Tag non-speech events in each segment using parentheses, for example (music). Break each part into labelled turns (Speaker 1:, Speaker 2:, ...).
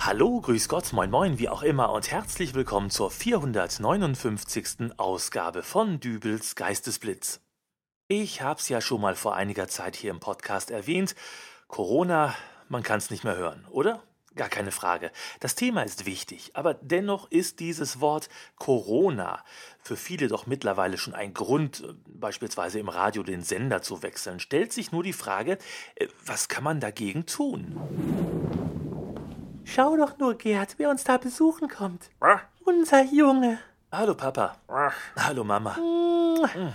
Speaker 1: Hallo, grüß Gott, moin moin, wie auch immer und herzlich willkommen zur 459. Ausgabe von Dübels Geistesblitz. Ich hab's ja schon mal vor einiger Zeit hier im Podcast erwähnt. Corona, man kann's nicht mehr hören, oder? Gar keine Frage. Das Thema ist wichtig, aber dennoch ist dieses Wort Corona für viele doch mittlerweile schon ein Grund, äh, beispielsweise im Radio den Sender zu wechseln. Stellt sich nur die Frage, äh, was kann man dagegen tun?
Speaker 2: Schau doch nur, Gerd, wer uns da besuchen kommt. Ach. Unser Junge.
Speaker 1: Hallo, Papa. Ach. Hallo, Mama.
Speaker 2: Mhm.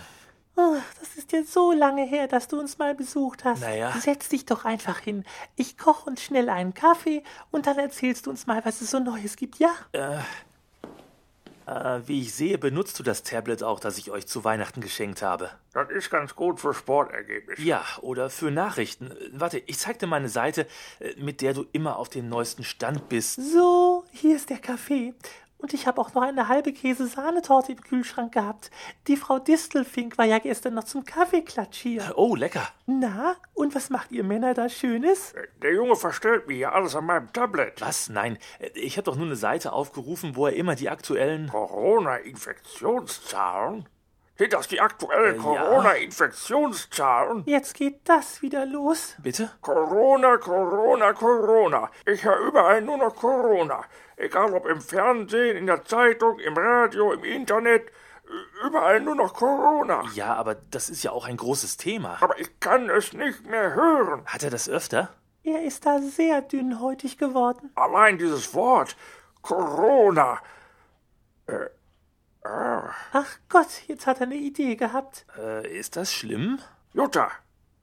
Speaker 2: Oh, das ist ja so lange her, dass du uns mal besucht hast.
Speaker 1: Naja.
Speaker 2: Setz dich doch einfach hin. Ich koche uns schnell einen Kaffee und dann erzählst du uns mal, was es so Neues gibt, ja?
Speaker 1: Äh, äh, wie ich sehe, benutzt du das Tablet auch, das ich euch zu Weihnachten geschenkt habe.
Speaker 3: Das ist ganz gut für Sportergebnisse.
Speaker 1: Ja, oder für Nachrichten. Äh, Warte, ich zeig dir meine Seite, äh, mit der du immer auf dem neuesten Stand bist.
Speaker 2: So, hier ist der Kaffee. Und ich habe auch noch eine halbe Käse-Sahnetorte im Kühlschrank gehabt. Die Frau Distelfink war ja gestern noch zum Kaffeeklatsch hier.
Speaker 1: Oh, lecker.
Speaker 2: Na, und was macht ihr Männer da Schönes?
Speaker 3: Der Junge verstellt mir ja alles an meinem Tablet.
Speaker 1: Was? Nein, Äh, ich habe doch nur eine Seite aufgerufen, wo er immer die aktuellen...
Speaker 3: Corona-Infektionszahlen? Sind das die aktuellen äh, Corona-Infektionszahlen?
Speaker 2: Jetzt geht das wieder los.
Speaker 1: Bitte?
Speaker 3: Corona, Corona, Corona. Ich höre überall nur noch Corona. Egal ob im Fernsehen, in der Zeitung, im Radio, im Internet. Überall nur noch Corona.
Speaker 1: Ja, aber das ist ja auch ein großes Thema.
Speaker 3: Aber ich kann es nicht mehr hören.
Speaker 1: Hat er das öfter?
Speaker 2: Er ist da sehr dünnhäutig geworden.
Speaker 3: Allein dieses Wort. Corona. Äh,
Speaker 2: Ach Gott, jetzt hat er eine Idee gehabt.
Speaker 1: Äh, ist das schlimm?
Speaker 3: Jutta,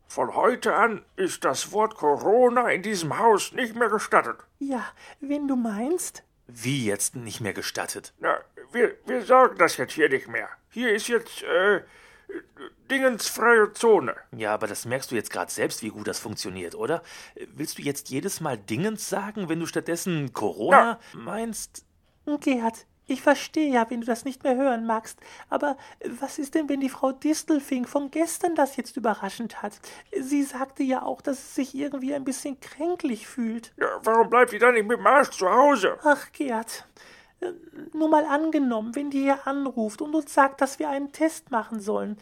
Speaker 3: von heute an ist das Wort Corona in diesem Haus nicht mehr gestattet.
Speaker 2: Ja, wenn du meinst.
Speaker 1: Wie jetzt nicht mehr gestattet?
Speaker 3: Na, wir, wir sagen das jetzt hier nicht mehr. Hier ist jetzt, äh, dingensfreie Zone.
Speaker 1: Ja, aber das merkst du jetzt gerade selbst, wie gut das funktioniert, oder? Äh, Willst du jetzt jedes Mal Dingens sagen, wenn du stattdessen Corona Na. meinst?
Speaker 2: Hm, Gerhard, ich verstehe ja, wenn du das nicht mehr hören magst, aber was ist denn, wenn die Frau Distelfink von gestern das jetzt überraschend hat? Sie sagte ja auch, dass sie sich irgendwie ein bisschen kränklich fühlt.
Speaker 3: Ja, warum bleibt die dann nicht mit dem Arsch zu Hause?
Speaker 2: Ach, Gerd. Nur mal angenommen, wenn die hier anruft und uns sagt, dass wir einen Test machen sollen,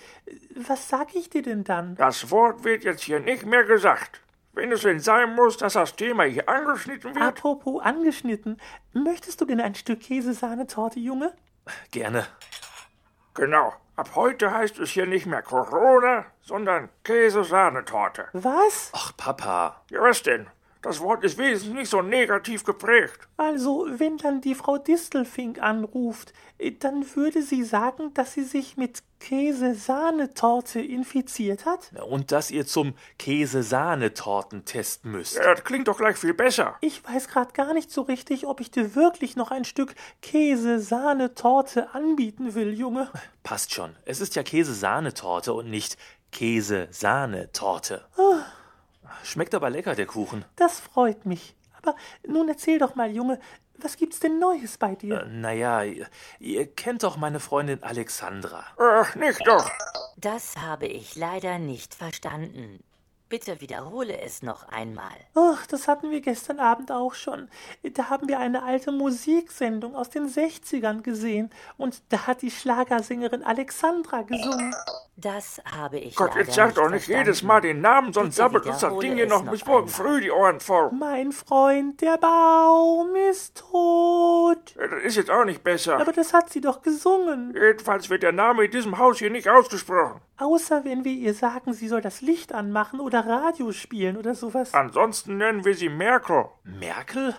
Speaker 2: was sag ich dir denn dann?
Speaker 3: Das Wort wird jetzt hier nicht mehr gesagt. Wenn es denn sein muss, dass das Thema hier angeschnitten wird.
Speaker 2: Apropos angeschnitten, möchtest du denn ein Stück Käsesahnetorte, Junge?
Speaker 1: Gerne.
Speaker 3: Genau. Ab heute heißt es hier nicht mehr Corona, sondern Käsesahnetorte.
Speaker 2: Was?
Speaker 1: Ach, Papa.
Speaker 3: Ja, was denn? Das Wort ist wesentlich nicht so negativ geprägt.
Speaker 2: Also, wenn dann die Frau Distelfink anruft, äh, dann würde sie sagen, dass sie sich mit Käse-Sahnetorte infiziert hat?
Speaker 1: Und dass ihr zum Käse-Sahnetortentest müsst.
Speaker 3: Ja, das klingt doch gleich viel besser.
Speaker 2: Ich weiß gerade gar nicht so richtig, ob ich dir wirklich noch ein Stück Käse-Sahnetorte anbieten will, Junge.
Speaker 1: Passt schon. Es ist ja Käse-Sahnetorte und nicht Käse-Sahnetorte.
Speaker 2: Oh.
Speaker 1: Schmeckt aber lecker, der Kuchen.
Speaker 2: Das freut mich. Aber nun erzähl doch mal, Junge, was gibt's denn Neues bei dir?
Speaker 1: Äh, naja, ihr, ihr kennt doch meine Freundin Alexandra.
Speaker 3: Ach, Äh, nicht doch.
Speaker 4: Das habe ich leider nicht verstanden. Bitte wiederhole es noch einmal.
Speaker 2: Ach, das hatten wir gestern Abend auch schon. Da haben wir eine alte Musiksendung aus den 60ern gesehen und da hat die Schlagersängerin Alexandra gesungen.
Speaker 4: Das habe ich
Speaker 3: Gott, jetzt sag doch nicht verstanden. jedes Mal den Namen, sonst sabbelt uns das Ding hier noch bis morgen früh die Ohren voll.
Speaker 2: Mein Freund, der Baum ist tot.
Speaker 3: Äh, Das ist jetzt auch nicht besser.
Speaker 2: Aber das hat sie doch gesungen.
Speaker 3: Jedenfalls wird der Name in diesem Haus hier nicht ausgesprochen.
Speaker 2: Außer wenn wir ihr sagen, sie soll das Licht anmachen oder Radio spielen oder sowas.
Speaker 3: Ansonsten nennen wir sie Merkel.
Speaker 1: Merkel?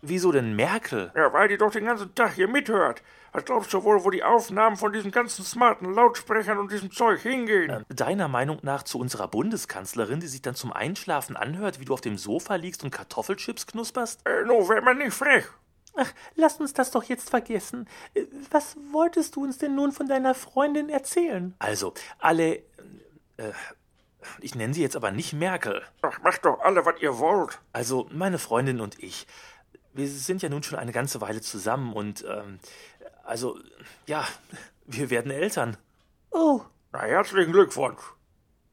Speaker 1: Wieso denn Merkel?
Speaker 3: Ja, weil die doch den ganzen Tag hier mithört. Was glaubst du wohl, wo die Aufnahmen von diesen ganzen smarten Lautsprechern und diesem Zeug hingehen? Ähm,
Speaker 1: deiner Meinung nach zu unserer Bundeskanzlerin, die sich dann zum Einschlafen anhört, wie du auf dem Sofa liegst und Kartoffelchips knusperst?
Speaker 3: Äh, no, wär man nicht frech.
Speaker 2: Ach, lass uns das doch jetzt vergessen. Äh, Was wolltest du uns denn nun von deiner Freundin erzählen?
Speaker 1: Also, alle. Äh, ich nenne sie jetzt aber nicht Merkel.
Speaker 3: Ach, macht doch alle, was ihr wollt.
Speaker 1: Also, meine Freundin und ich. wir sind ja nun schon eine ganze Weile zusammen und ähm, also ja, wir werden Eltern.
Speaker 2: Oh,
Speaker 3: Na, herzlichen Glückwunsch.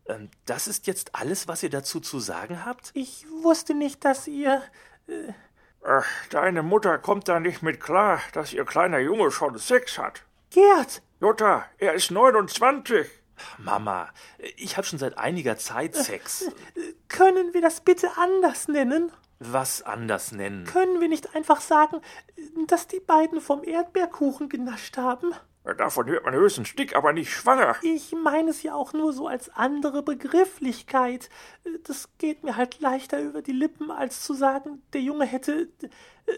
Speaker 1: Ähm, das ist jetzt alles, was ihr dazu zu sagen habt?
Speaker 2: ich wusste nicht, dass ihr.
Speaker 3: Ach, Äh, deine Mutter kommt da nicht mit klar, dass ihr kleiner Junge schon Sex hat.
Speaker 2: Gerd!
Speaker 3: Jutta, er ist 29.
Speaker 1: Mama, ich habe schon seit einiger Zeit Sex.
Speaker 2: (laughs) Können wir das bitte anders nennen?
Speaker 1: Was anders nennen?
Speaker 2: Können wir nicht einfach sagen, dass die beiden vom Erdbeerkuchen genascht haben?
Speaker 3: Davon hört man höchstens dick, aber nicht schwanger.
Speaker 2: Ich meine es ja auch nur so als andere Begrifflichkeit. Das geht mir halt leichter über die Lippen, als zu sagen, der Junge hätte. äh,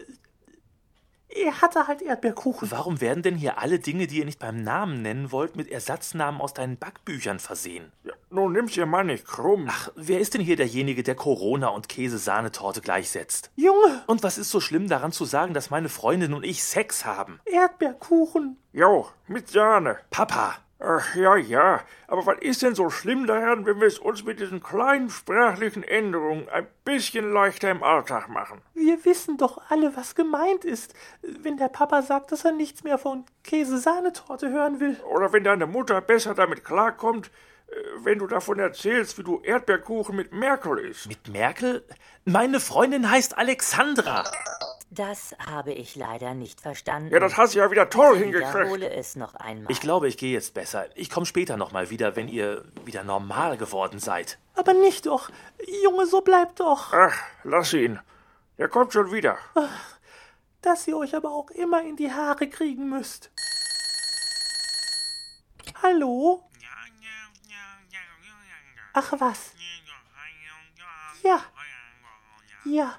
Speaker 2: Er hatte halt Erdbeerkuchen.
Speaker 1: Warum werden denn hier alle Dinge, die ihr nicht beim Namen nennen wollt, mit Ersatznamen aus deinen Backbüchern versehen?
Speaker 3: Ja, nun nimm's ihr mal nicht krumm.
Speaker 1: Ach, wer ist denn hier derjenige, der Corona und Käse-Sahnetorte gleichsetzt?
Speaker 2: Junge,
Speaker 1: Und was ist so schlimm daran zu sagen, dass meine Freundin und ich Sex haben?
Speaker 2: Erdbeerkuchen.
Speaker 3: Jo, mit Sahne.
Speaker 1: Papa,
Speaker 3: Ach ja, ja. Aber was ist denn so schlimm daran, wenn wir es uns mit diesen kleinen sprachlichen Änderungen ein bisschen leichter im Alltag machen?
Speaker 2: Wir wissen doch alle, was gemeint ist, wenn der Papa sagt, dass er nichts mehr von Käse-Sahnetorte hören will.
Speaker 3: Oder wenn deine Mutter besser damit klarkommt, äh, wenn du davon erzählst, wie du Erdbeerkuchen mit Merkel isst.
Speaker 1: mit Merkel? Meine Freundin heißt Alexandra.
Speaker 4: Das habe ich leider nicht verstanden.
Speaker 3: Ja, das hast du ja wieder toll hingekriegt.
Speaker 4: Wiederhole es noch einmal.
Speaker 1: Ich glaube, ich gehe jetzt besser. Ich komme später nochmal wieder, wenn ihr wieder normal geworden seid.
Speaker 2: Aber nicht doch. Junge, so bleibt doch.
Speaker 3: Ach, lass ihn. Der kommt schon wieder.
Speaker 2: Dass ihr euch aber auch immer in die Haare kriegen müsst. Hallo? Ach was. Ja, ja.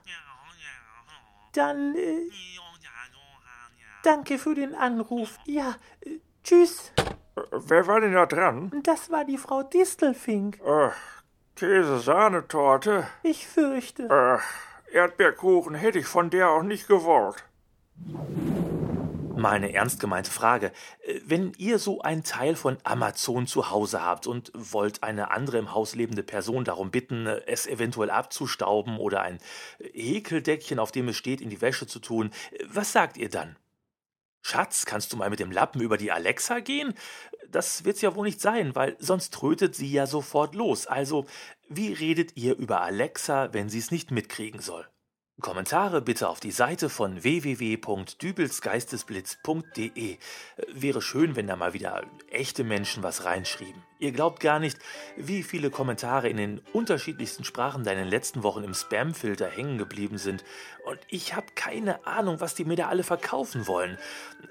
Speaker 2: Dann, äh, danke für den Anruf. Ja, äh, tschüss.
Speaker 3: Äh, Wer war denn da dran?
Speaker 2: Das war die Frau Distelfink.
Speaker 3: Ach, Käse-Sahnetorte.
Speaker 2: Ich fürchte.
Speaker 3: Ach, Erdbeerkuchen hätte ich von der auch nicht gewollt.
Speaker 1: Mal eine ernst gemeinte Frage. Äh, Wenn ihr so ein Teil von Amazon zu Hause habt und wollt eine andere im Haus lebende Person darum bitten, äh, es eventuell abzustauben oder ein äh, Häkeldeckchen, auf dem es steht, in die Wäsche zu tun, äh, was sagt ihr dann? Schatz, kannst du mal mit dem Lappen über die Alexa gehen? Das wird's ja wohl nicht sein, weil sonst trötet sie ja sofort los. Also, wie redet ihr über Alexa, wenn sie es nicht mitkriegen soll? Kommentare bitte auf die Seite von www.dübelsgeistesblitz.de. Äh, Wäre schön, wenn da mal wieder echte Menschen was reinschrieben. Ihr glaubt gar nicht, wie viele Kommentare in den unterschiedlichsten Sprachen da in den letzten Wochen im Spamfilter hängen geblieben sind. Und ich habe keine Ahnung, was die mir da alle verkaufen wollen.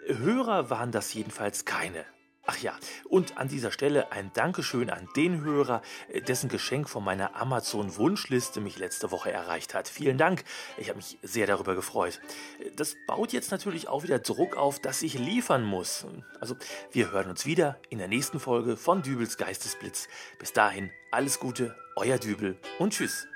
Speaker 1: Hörer waren das jedenfalls keine. Ach ja, und an dieser Stelle ein Dankeschön an den Hörer, äh, dessen Geschenk von meiner Amazon-Wunschliste mich letzte Woche erreicht hat. Vielen Dank, ich habe mich sehr darüber gefreut. Äh, Das baut jetzt natürlich auch wieder Druck auf, dass ich liefern muss. Also, wir hören uns wieder in der nächsten Folge von Dübels Geistesblitz. Bis dahin, alles Gute, euer Dübel und tschüss.